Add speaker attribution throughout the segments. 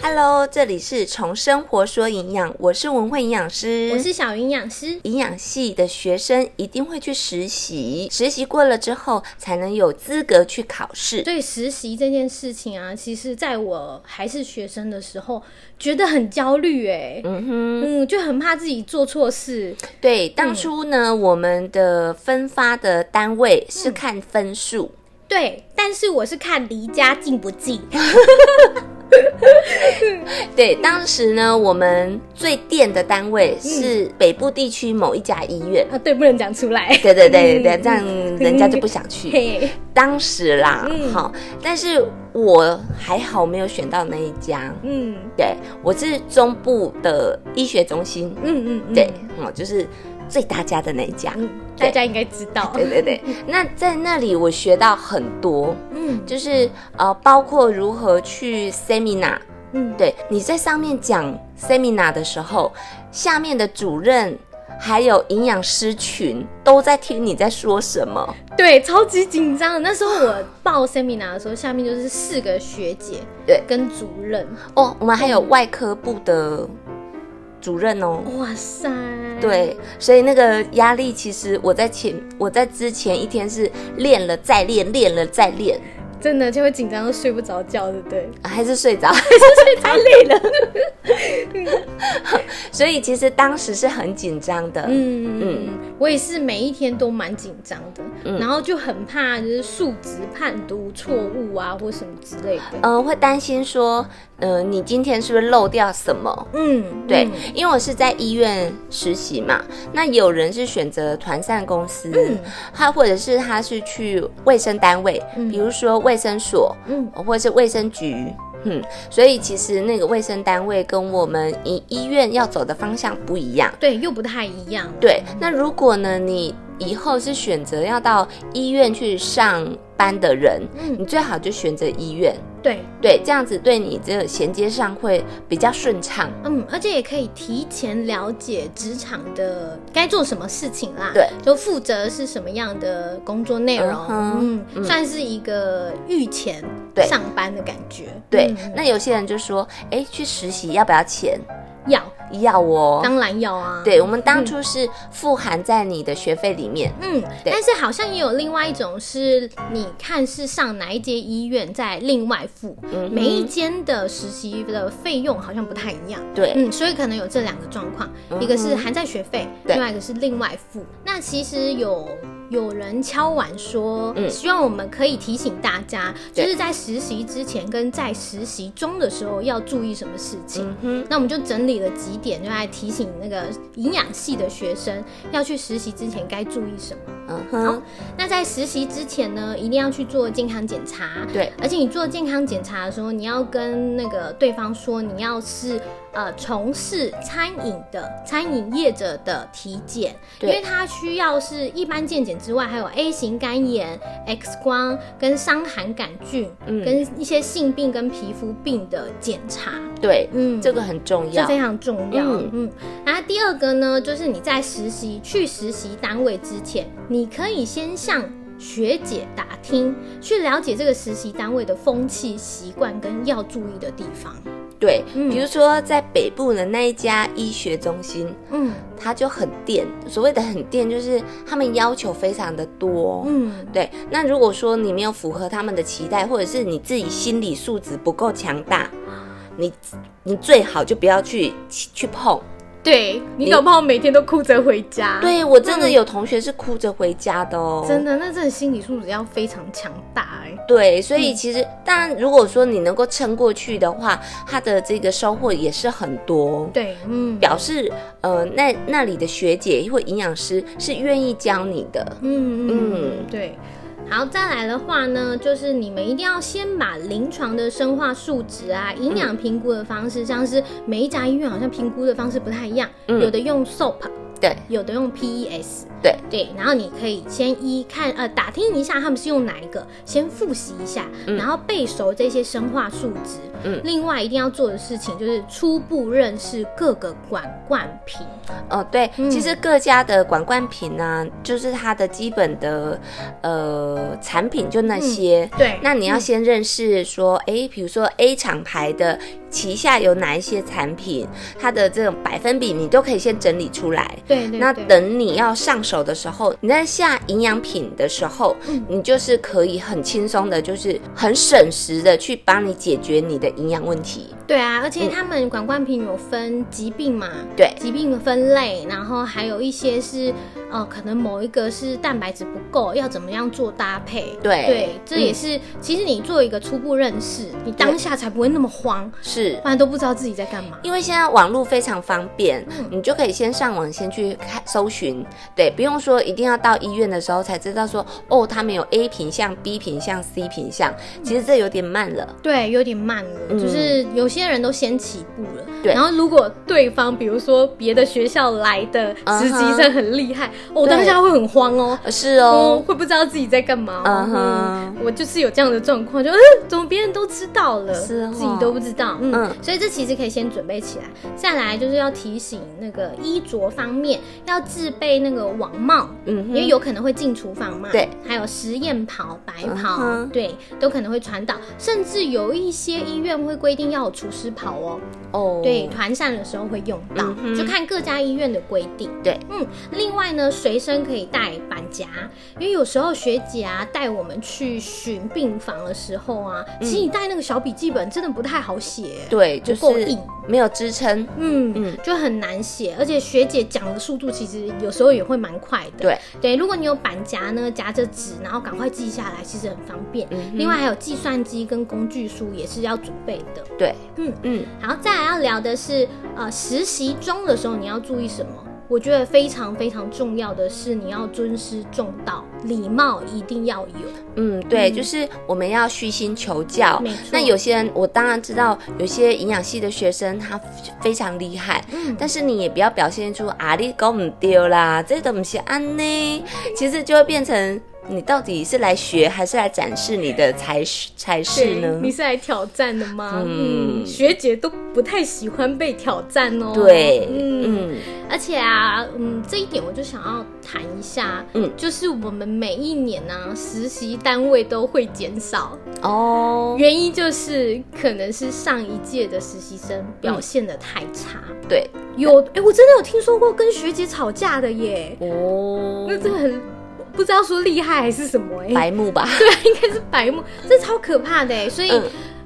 Speaker 1: Hello，这里是从生活说营养，我是文慧营养师，
Speaker 2: 我是小营养师。
Speaker 1: 营养系的学生一定会去实习，实习过了之后才能有资格去考试。
Speaker 2: 所以实习这件事情啊，其实在我还是学生的时候，觉得很焦虑哎、嗯哼，嗯，就很怕自己做错事。
Speaker 1: 对，当初呢，我们的分发的单位是看分数，
Speaker 2: 对，但是我是看离家近不近，嗯
Speaker 1: 对，当时呢，我们最电的单位
Speaker 2: 嗯
Speaker 1: 是北部地区某一家医院。
Speaker 2: 啊，对，不能讲出来。
Speaker 1: 对对对对，这样人家就不想去。
Speaker 2: 嗯嘿，
Speaker 1: 当时啦，
Speaker 2: 嗯
Speaker 1: 好、但是我还好没有选到那一家。
Speaker 2: 嗯
Speaker 1: 对，我是中部的医学中心，
Speaker 2: 嗯嗯，嗯
Speaker 1: 对，哦、就是最大家的那一家。
Speaker 2: 嗯，大家应该知道。
Speaker 1: 对对对，那在那里我学到很多，
Speaker 2: 嗯
Speaker 1: 就是呃，包括如何去 seminar。
Speaker 2: 嗯，
Speaker 1: 对，你在上面讲 seminar 的时候，下面的主任还有营养师群都在听你在说什么。
Speaker 2: 对，超级紧张的。那时候我报 seminar 的时候，下面就是四个学姐，
Speaker 1: 对
Speaker 2: 跟主任。
Speaker 1: 哦，我们还有外科部的主任哦。
Speaker 2: 哇塞，，
Speaker 1: 对，所以那个压力，其实我在前我在之前一天是练了再练，练了再练，
Speaker 2: 真的就会紧张到睡不着觉，对不对？
Speaker 1: 啊还是睡着，
Speaker 2: 太累了。
Speaker 1: 所以其实当时是很紧张的。嗯，嗯
Speaker 2: 嗯嗯，我也是每一天都蛮紧张的，然后就很怕就是数值判读错误啊，或什么之类的。
Speaker 1: 呃，会担心说，呃，你今天是不是漏掉什么？
Speaker 2: 嗯，
Speaker 1: 对
Speaker 2: 嗯，
Speaker 1: 因为我是在医院实习嘛，那有人是选择团膳公司，他或者是他是去卫生单位，比如说卫生所，
Speaker 2: 嗯
Speaker 1: 或者是卫生局。嗯，所以其实那个卫生单位跟我们医医院要走的方向不一样。
Speaker 2: 对，又不太一样。
Speaker 1: 对，那如果呢，你以后是选择要到医院去上班的人，
Speaker 2: 嗯
Speaker 1: 你最好就选择医院，
Speaker 2: 对，
Speaker 1: 对，这样子对你这个衔接上会比较顺畅。
Speaker 2: 嗯，而且也可以提前了解职场的该做什么事情啦。
Speaker 1: 对，
Speaker 2: 就负责是什么样的工作内容，
Speaker 1: 嗯
Speaker 2: 嗯，算是一个御前
Speaker 1: 对
Speaker 2: 上班的感觉。
Speaker 1: 对，
Speaker 2: 嗯
Speaker 1: 那有些人就说，哎，去实习要不要钱？
Speaker 2: 要
Speaker 1: 要哦。
Speaker 2: 当然要啊。
Speaker 1: 对，我们当初是富含在你的学费里面。
Speaker 2: 嗯，
Speaker 1: 对
Speaker 2: 但是好像也有另外一种是，你看是上哪一间医院，再另外付。
Speaker 1: 嗯哼
Speaker 2: 每一间的实习的费用好像不太一样。
Speaker 1: 对，嗯
Speaker 2: 嗯，所以可能有这两个状况，一个是含在学费，
Speaker 1: 对
Speaker 2: 另外一个是另外付。那其实有有人敲碗说，
Speaker 1: 嗯
Speaker 2: 希望我们可以提醒大家，就
Speaker 1: 对
Speaker 2: 是在实习之前跟在实习中的时候要注意什么事情。
Speaker 1: 嗯哼，
Speaker 2: 那我们就整理了几点，就来提醒那个营养系的学生要去实习之前该注意什么。
Speaker 1: 嗯哼，
Speaker 2: 那在实习之前呢，一定要去做健康检查。
Speaker 1: 对，
Speaker 2: 而且你做健康检查的时候，你要跟那个对方说，你要是呃从事餐饮的餐饮业者的体检，因
Speaker 1: 对
Speaker 2: 为它需要是一般健检之外，还有 A 型肝炎、X 光跟伤寒杆菌，
Speaker 1: 嗯
Speaker 2: 跟一些性病跟皮肤病的检查。
Speaker 1: 对，
Speaker 2: 嗯
Speaker 1: 这个很重
Speaker 2: 这
Speaker 1: 要。
Speaker 2: 非常重要。
Speaker 1: 嗯
Speaker 2: 嗯然后第二个呢，就是你在实习去实习单位之前，你可以先向学姐打听，去了解这个实习单位的风气、习惯跟要注意的地方。
Speaker 1: 对，
Speaker 2: 嗯
Speaker 1: 比如说在北部的那一家医学中心，
Speaker 2: 嗯
Speaker 1: 它就很电。所谓的很电，就是他们要求非常的多。
Speaker 2: 嗯，
Speaker 1: 对，那如果说你没有符合他们的期待，或者是你自己心理素质不够强大，你你最好就不要去去碰。
Speaker 2: 啊对
Speaker 1: 你
Speaker 2: 你搞不好每天都哭着回家。。
Speaker 1: 对我真的有同学是哭着回家的哦，
Speaker 2: 嗯真的，那真的心理素质要非常强大哎、
Speaker 1: 对，所以其实当然，如果说你能够撑过去的话，他的这个收获也是很多。
Speaker 2: 对，嗯
Speaker 1: 表示呃，那那里的学姐或营养师是愿意教你的。
Speaker 2: 嗯
Speaker 1: 嗯
Speaker 2: 嗯，对。好，再来的话呢，就是你们一定要先把临床的生化数值啊、营养评估的方式，像是每一家医院好像评估的方式不太一样，
Speaker 1: 嗯
Speaker 2: 有的用 SOAP，
Speaker 1: 对
Speaker 2: 有的用 PES，
Speaker 1: 对
Speaker 2: 对，然后你可以先一看呃打听一下他们是用哪一个，先复习一下，然后背熟这些生化数值。
Speaker 1: 嗯
Speaker 2: 另外一定要做的事情就是初步认识各个管灌瓶。
Speaker 1: 哦，对，
Speaker 2: 嗯
Speaker 1: 其实各家的管灌品呢、就是它的基本的呃产品就那些。
Speaker 2: 对，嗯
Speaker 1: 那你要先认识说，诶，比如说 A 厂牌的旗下有哪一些产品，它的这种百分比你都可以先整理出来。
Speaker 2: 对对，
Speaker 1: 那
Speaker 2: 对
Speaker 1: 等你要上手的时候，你在下营养品的时候，
Speaker 2: 嗯
Speaker 1: 你就是可以很轻松的，就是很省时的去帮你解决你的营养问题。
Speaker 2: 对啊，而
Speaker 1: 嗯
Speaker 2: 且他们管灌瓶有分疾病嘛，
Speaker 1: 对
Speaker 2: 疾病分类，然后还有一些是呃，可能某一个是蛋白质不够，要怎么样做搭配？
Speaker 1: 对
Speaker 2: 对，这也
Speaker 1: 嗯
Speaker 2: 是、其实你做一个初步认识，你当下才不会那么慌，
Speaker 1: 是
Speaker 2: 不然都不知道自己在干嘛。
Speaker 1: 因为现在网络非常方便，
Speaker 2: 嗯
Speaker 1: 你就可以先上网先去看搜寻，对，不用说一定要到医院的时候才知道说哦，他们有 A 品项、B 品项、C 品项，
Speaker 2: 嗯
Speaker 1: 其实这有点慢了。
Speaker 2: 对，有点慢了，
Speaker 1: 嗯
Speaker 2: 就是有些人都先起步了。
Speaker 1: 对
Speaker 2: 然后如果对方比如说别的学校来的实习
Speaker 1: 嗯
Speaker 2: 生很厉害，哦我
Speaker 1: 对
Speaker 2: 当下会很慌哦。
Speaker 1: 呃是
Speaker 2: 哦
Speaker 1: 哦，，
Speaker 2: 会不知道自己在干嘛、哦。
Speaker 1: 嗯哼
Speaker 2: 我就是有这样的状况，就嗯，怎么别人都知道了，
Speaker 1: 是哦
Speaker 2: 自己都不知道。嗯，
Speaker 1: 嗯
Speaker 2: 所以这其实可以先准备起来。再来就是要提醒那个衣着方面要自备那个网帽，
Speaker 1: 嗯
Speaker 2: 因
Speaker 1: 哼，
Speaker 2: 为有可能会进厨房嘛，
Speaker 1: 对，
Speaker 2: 还有实验袍、白袍，
Speaker 1: 嗯哼
Speaker 2: 对，都可能会传导，甚至有一些医院会规定要有厨师袍哦，
Speaker 1: 哦，
Speaker 2: 对，团膳的时候会用到，
Speaker 1: 嗯哼
Speaker 2: 就看各家医院的规定。
Speaker 1: 对，
Speaker 2: 嗯，另外呢，随身可以带板夹，因为有时候学姐啊带我们去巡病房的时候啊，其实你带那个小笔记本真的不太好写，
Speaker 1: 嗯对，就
Speaker 2: 不够
Speaker 1: 是
Speaker 2: 硬
Speaker 1: 没有支撑，
Speaker 2: 嗯
Speaker 1: 嗯
Speaker 2: 就很难写，而且学姐讲的速度其实有时候也会蛮快的。
Speaker 1: 对
Speaker 2: 对，如果你有板夹呢，夹着纸，然后赶快记下来，其实很方便。
Speaker 1: 嗯哼
Speaker 2: 另外还有计算机跟工具书也是要准备的。
Speaker 1: 对，
Speaker 2: 嗯
Speaker 1: 嗯，
Speaker 2: 好，再来要聊的是，呃，实习中的时候你要注意什么？我觉得非常非常重要的是，你要尊师重道，礼貌一定要有。
Speaker 1: 嗯，对，
Speaker 2: 嗯
Speaker 1: 就是我们要虚心求教
Speaker 2: 没错。
Speaker 1: 那有些人，我当然知道，有些营养系的学生他非常厉害，
Speaker 2: 嗯，
Speaker 1: 但是你也不要表现出啊，你搞唔丢啦，这都不是安呢。其实就会变成你到底是来学还是来展示你的才是才是呢？
Speaker 2: 你是来挑战的吗？
Speaker 1: 嗯
Speaker 2: 嗯，学姐都不太喜欢被挑战哦。
Speaker 1: 对，
Speaker 2: 嗯
Speaker 1: 嗯
Speaker 2: 而且啊，嗯，这一点我就想要谈一下，
Speaker 1: 嗯
Speaker 2: 就是我们每一年呢、实习单位都会减少，
Speaker 1: 哦，
Speaker 2: 原因就是可能是上一届的实习生
Speaker 1: 嗯
Speaker 2: 表现的太差。
Speaker 1: 对，
Speaker 2: 有，哎、我真的有听说过跟学姐吵架的耶，
Speaker 1: 哦
Speaker 2: 那，真的很不知道说厉害还是什么哎、
Speaker 1: 白目吧，
Speaker 2: 应该是白目，这超可怕的哎。所以
Speaker 1: 嗯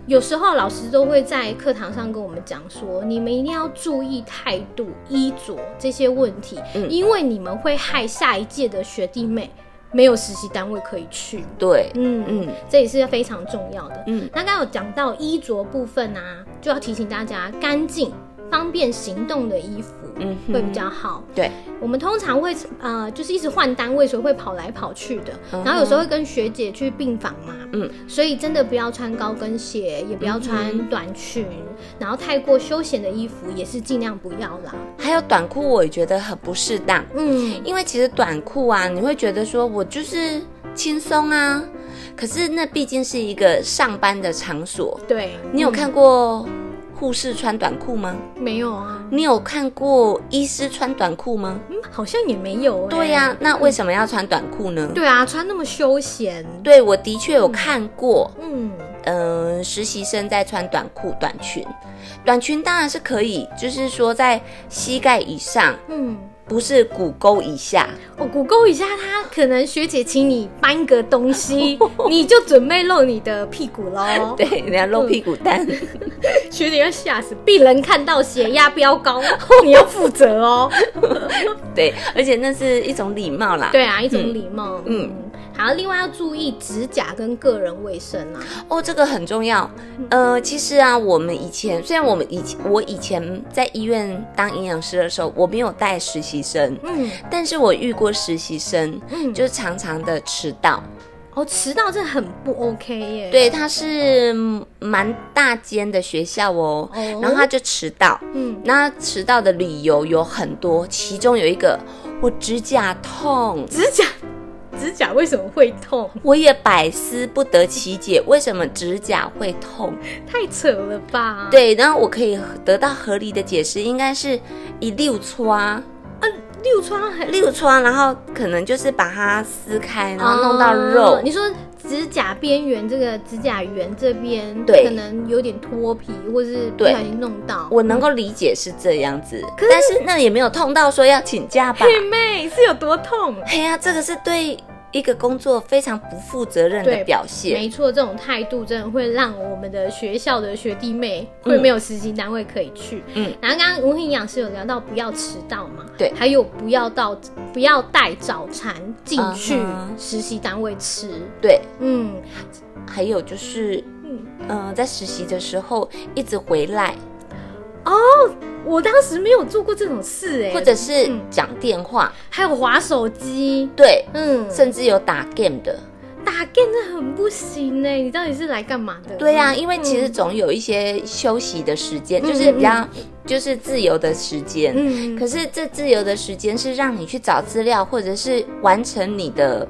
Speaker 2: 有时候老师都会在课堂上跟我们讲说，你们一定要注意态度、衣着这些问题，
Speaker 1: 嗯
Speaker 2: 因为你们会害下一届的学弟妹没有实习单位可以去。
Speaker 1: 对，
Speaker 2: 嗯嗯，
Speaker 1: 嗯
Speaker 2: 这也是非常重要的。
Speaker 1: 嗯
Speaker 2: 那刚刚有讲到衣着部分啊，就要提醒大家干净、方便行动的衣服。
Speaker 1: 嗯哼，
Speaker 2: 会比较好。
Speaker 1: 对，
Speaker 2: 我们通常会呃，就是一直换单位，所以会跑来跑去的。
Speaker 1: 嗯哼
Speaker 2: 然后有时候会跟学姐去病房嘛，
Speaker 1: 嗯，
Speaker 2: 所以真的不要穿高跟鞋，也不要穿短裙，然后太过休闲的衣服也是尽量不要啦。
Speaker 1: 还有短裤，我也觉得很不适当，
Speaker 2: 嗯，
Speaker 1: 因为其实短裤啊，你会觉得说我就是轻松啊，可是那毕竟是一个上班的场所，
Speaker 2: 对，嗯
Speaker 1: 你有看过护士穿短裤吗？
Speaker 2: 没有啊？
Speaker 1: 你有看过医师穿短裤吗？
Speaker 2: 嗯，好像也没有、欸。
Speaker 1: 对呀、那为什么要穿短裤呢？
Speaker 2: 对啊，穿那么休闲。
Speaker 1: 对，我的确有看过，
Speaker 2: 嗯，
Speaker 1: 嗯、实习生在穿短裤、短裙，短裙当然是可以，就是说在膝盖以上，
Speaker 2: 嗯。
Speaker 1: 不是骨沟以下。
Speaker 2: 我哦谷勾一下他，可能学姐请你搬个东 西，你就准备露你的屁股喽。
Speaker 1: 对，人家露屁股蛋。
Speaker 2: 学姐要吓死，病人看到血压飙 高，你要负责哦。
Speaker 1: 对，而且那是一种礼貌啦。
Speaker 2: 对啊，一种礼貌。嗯
Speaker 1: 嗯，
Speaker 2: 好，另外要注意指甲跟个人卫生啊。
Speaker 1: 哦，这个很重要。呃，其实啊，我们以前虽然我们以前我以前在医院当营养师的时候，我没有带实习生，
Speaker 2: 嗯
Speaker 1: 但是我遇过实习生，
Speaker 2: 嗯，
Speaker 1: 就
Speaker 2: 就
Speaker 1: 是常常的迟到。
Speaker 2: 哦，迟到这很不 OK 耶。，
Speaker 1: 对，他是嗯蛮大间的学校哦，
Speaker 2: 哦
Speaker 1: 然后他就迟到。
Speaker 2: 嗯，
Speaker 1: 那迟到的理由有很多，其中有一个我指甲痛，
Speaker 2: 指甲，指甲为什么会痛？
Speaker 1: 我也百思不得其解，为什么指甲会痛？
Speaker 2: 太扯了吧？，
Speaker 1: 对，然后我可以得到合理的解释，应该是一溜搓，
Speaker 2: 六川很
Speaker 1: 六穿，然后可能就是把它撕开，然后弄到
Speaker 2: 哦
Speaker 1: 肉。
Speaker 2: 你说指甲边缘这个指甲缘这边，
Speaker 1: 对
Speaker 2: 可能有点脱皮，或是不
Speaker 1: 对
Speaker 2: 小心弄到。
Speaker 1: 我能够理解是这样子，
Speaker 2: 可是
Speaker 1: 但是那也没有痛到说要请假吧？
Speaker 2: 嘿妹是有多痛？啊
Speaker 1: 嘿呀、这个是对一个工作非常不负责任的
Speaker 2: 对
Speaker 1: 表现。
Speaker 2: 没错，这种态度真的会让我们的学校的学弟妹会没有实习单位可以去。
Speaker 1: 嗯，
Speaker 2: 然后刚刚吴营养师有聊到不要迟到嘛，
Speaker 1: 对
Speaker 2: 还有不要到不要带早餐进去
Speaker 1: 嗯哼
Speaker 2: 实习单位吃。
Speaker 1: 对，
Speaker 2: 嗯
Speaker 1: 还有就是，
Speaker 2: 嗯，
Speaker 1: 嗯、在实习的时候一直回来，
Speaker 2: 我当时没有做过这种事哎、
Speaker 1: 或者是
Speaker 2: 嗯
Speaker 1: 讲电话，
Speaker 2: 还有划手机，
Speaker 1: 对，
Speaker 2: 嗯，
Speaker 1: 甚至有打 game 的。
Speaker 2: 打 game 真的很不行呢、你到底是来干嘛的？
Speaker 1: 对呀、因为其实
Speaker 2: 嗯
Speaker 1: 总有一些休息的时间，
Speaker 2: 嗯
Speaker 1: 就是比较就是自由的时间。
Speaker 2: 嗯，
Speaker 1: 可是这自由的时间是让你去找资料，或者是完成你的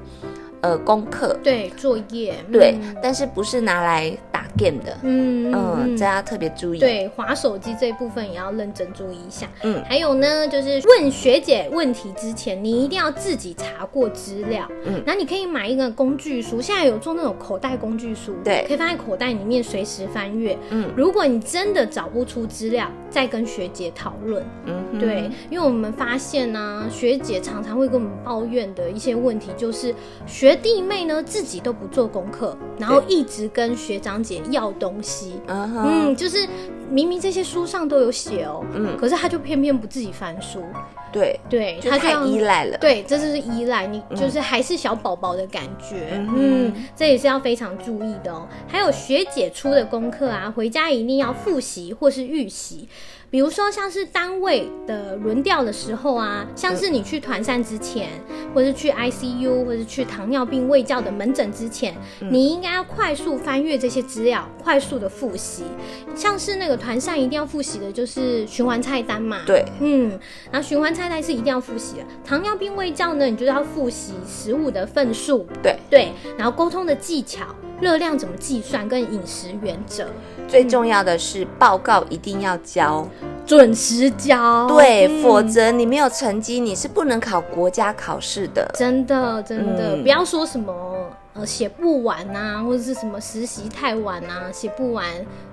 Speaker 1: 呃功课，
Speaker 2: 对作业，
Speaker 1: 对，
Speaker 2: 嗯
Speaker 1: 但是不是拿来打 game 的。
Speaker 2: 嗯
Speaker 1: 嗯，
Speaker 2: 嗯
Speaker 1: 这要特别注意。，
Speaker 2: 对，划手机这一部分也要认真注意一下。
Speaker 1: 嗯
Speaker 2: 还有呢，就是问学姐问题之前，你一定要自己查过资料。
Speaker 1: 嗯
Speaker 2: 嗯，然后你可以买一个工具书，现在有做那种口袋工具书，
Speaker 1: 对
Speaker 2: 可以放在口袋里面随时翻阅。
Speaker 1: 嗯
Speaker 2: 如果你真的找不出资料，再跟学姐讨论。
Speaker 1: 嗯哼
Speaker 2: 对，，因为我们发现呢、学姐常常会跟我们抱怨的一些问题，就是学弟妹呢自己都不做功课，然后一直跟学长姐要东西。
Speaker 1: 嗯哼，
Speaker 2: 嗯，就是明明这些书上都有写哦，
Speaker 1: 嗯
Speaker 2: 可是他就偏偏不自己翻书，
Speaker 1: 对，
Speaker 2: 对
Speaker 1: 就
Speaker 2: 嗯他这
Speaker 1: 太
Speaker 2: 样
Speaker 1: 依赖了。
Speaker 2: 对，这就是依赖，你就是还是小宝宝的感觉，
Speaker 1: 嗯
Speaker 2: 嗯这也是要非常注意的哦。还有学姐出的功课啊，回家一定要复习或是预习。比如说，像是单位的轮调的时候啊，像是你去团膳之前，
Speaker 1: 嗯
Speaker 2: 或是去 ICU，或是去糖尿病卫教的门诊之前，
Speaker 1: 嗯
Speaker 2: 你应该要快速翻阅这些资料，快速的复习。像是那个团膳一定要复习的就是循环菜单嘛，
Speaker 1: 对，
Speaker 2: 嗯，然后循环菜单是一定要复习的。糖尿病卫教呢，你就是要复习食物的份数，
Speaker 1: 对
Speaker 2: 对，然后沟通的技巧、热量怎么计算跟饮食原则，
Speaker 1: 最重要的是报告一定要交，
Speaker 2: 准时交。
Speaker 1: 对，
Speaker 2: 哦嗯
Speaker 1: 否则你没有成绩，你是不能考国家考试的。
Speaker 2: 真的真的、
Speaker 1: 嗯
Speaker 2: 不要说什么呃写不完啊，或者是什么实习太晚啊，写不完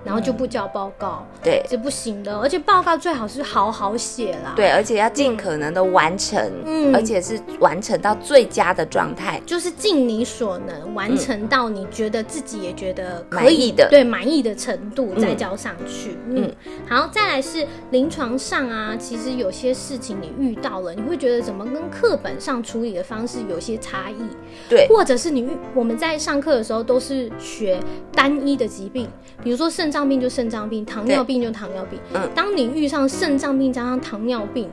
Speaker 2: 然后就
Speaker 1: 嗯
Speaker 2: 不交报告，
Speaker 1: 对
Speaker 2: 这不行的。而且报告最好是好好写啦。。
Speaker 1: 对，而且要尽可能的完成，
Speaker 2: 嗯
Speaker 1: 而且是完成到最佳的状态。
Speaker 2: 就是尽你所能完成到你觉得自己也觉得可
Speaker 1: 满
Speaker 2: 以
Speaker 1: 意的
Speaker 2: 对满意的程度，
Speaker 1: 嗯
Speaker 2: 再交上去。嗯，好，再来是临床上啊，其实有些事情你遇到了，你会觉得怎么跟课本上处理的方式有些差异，
Speaker 1: 对，
Speaker 2: 或者是你遇我们在上课的时候都是学单一的疾病，比如说肾脏病就肾脏病，糖尿病就糖尿病。
Speaker 1: 嗯
Speaker 2: 当你遇上肾脏病加上糖尿病。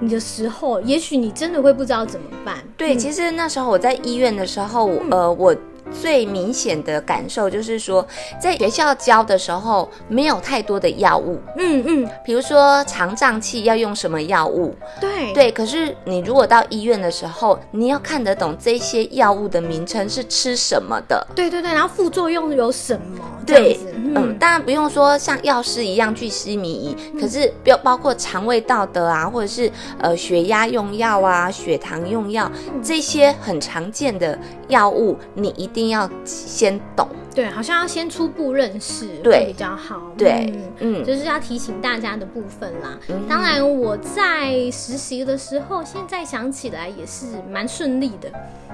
Speaker 2: 你的时候，也许你真的会不知道怎么办。
Speaker 1: 对，
Speaker 2: 嗯
Speaker 1: 其实那时候我在医院的时候，我呃，我最明显的感受就是说，在学校教的时候没有太多的药物，
Speaker 2: 嗯嗯，
Speaker 1: 比如说肠胀气要用什么药物，
Speaker 2: 对
Speaker 1: 对。可是你如果到医院的时候，你要看得懂这些药物的名称是吃什么的。
Speaker 2: 对对对，然后副作用有什么？这
Speaker 1: 对
Speaker 2: 样子，
Speaker 1: 嗯，
Speaker 2: 嗯，
Speaker 1: 当然不用说像药师一样去吃迷仪，可是包包括肠胃道的啊，或者是呃血压用药啊、血糖用药
Speaker 2: 嗯
Speaker 1: 这些很常见的药物，你一定要先懂。
Speaker 2: 对，好像要先初步认识
Speaker 1: 对
Speaker 2: 会比较好。
Speaker 1: 对
Speaker 2: 嗯，
Speaker 1: 嗯，
Speaker 2: 就是要提醒大家的部分啦。当然，我在实习的时候，现在想起来也是蛮顺利的。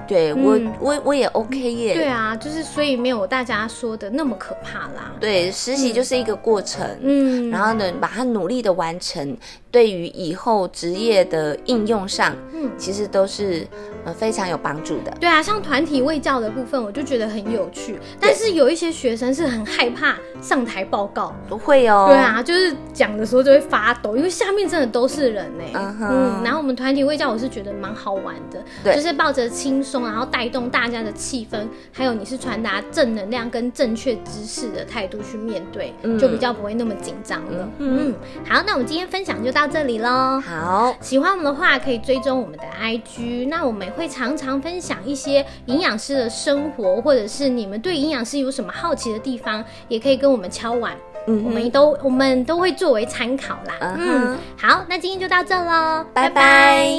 Speaker 1: 对我
Speaker 2: 嗯
Speaker 1: 我我也 OK 耶。
Speaker 2: 对啊，就是所以没有大家说的那么可怕啦。
Speaker 1: 对，实习就是一个过程。
Speaker 2: 嗯，
Speaker 1: 然后呢，把它努力的完成，对于以后职业的应用上，
Speaker 2: 嗯
Speaker 1: 其实都是呃非常有帮助的。
Speaker 2: 对啊，像团体卫教的部分，我就觉得很有趣。但是有一些学生是很害怕上台报告，
Speaker 1: 不会哦，
Speaker 2: 对，啊，就是讲的时候就会发抖，因为下面真的都是人呢、
Speaker 1: 嗯哼
Speaker 2: 嗯，然后我们团体会教，我是觉得蛮好玩的，
Speaker 1: 对
Speaker 2: 就是抱着轻松，然后带动大家的气氛，还有你是传达正能量跟正确知识的态度去面对，
Speaker 1: 嗯
Speaker 2: 就比较不会那么紧张了。
Speaker 1: 嗯
Speaker 2: 嗯，好，那我们今天分享就到这里喽。
Speaker 1: 好，
Speaker 2: 喜欢我们的话，可以追踪我们的 IG。那我们也会常常分享一些营养师的生活，或者是你们对营养师有什么好奇的地方，也可以跟我们敲碗。
Speaker 1: 嗯
Speaker 2: 我
Speaker 1: 哼，
Speaker 2: 们都我们都会作为参考啦。
Speaker 1: 嗯哼
Speaker 2: 嗯，好，那今天就到这喽，
Speaker 1: 拜拜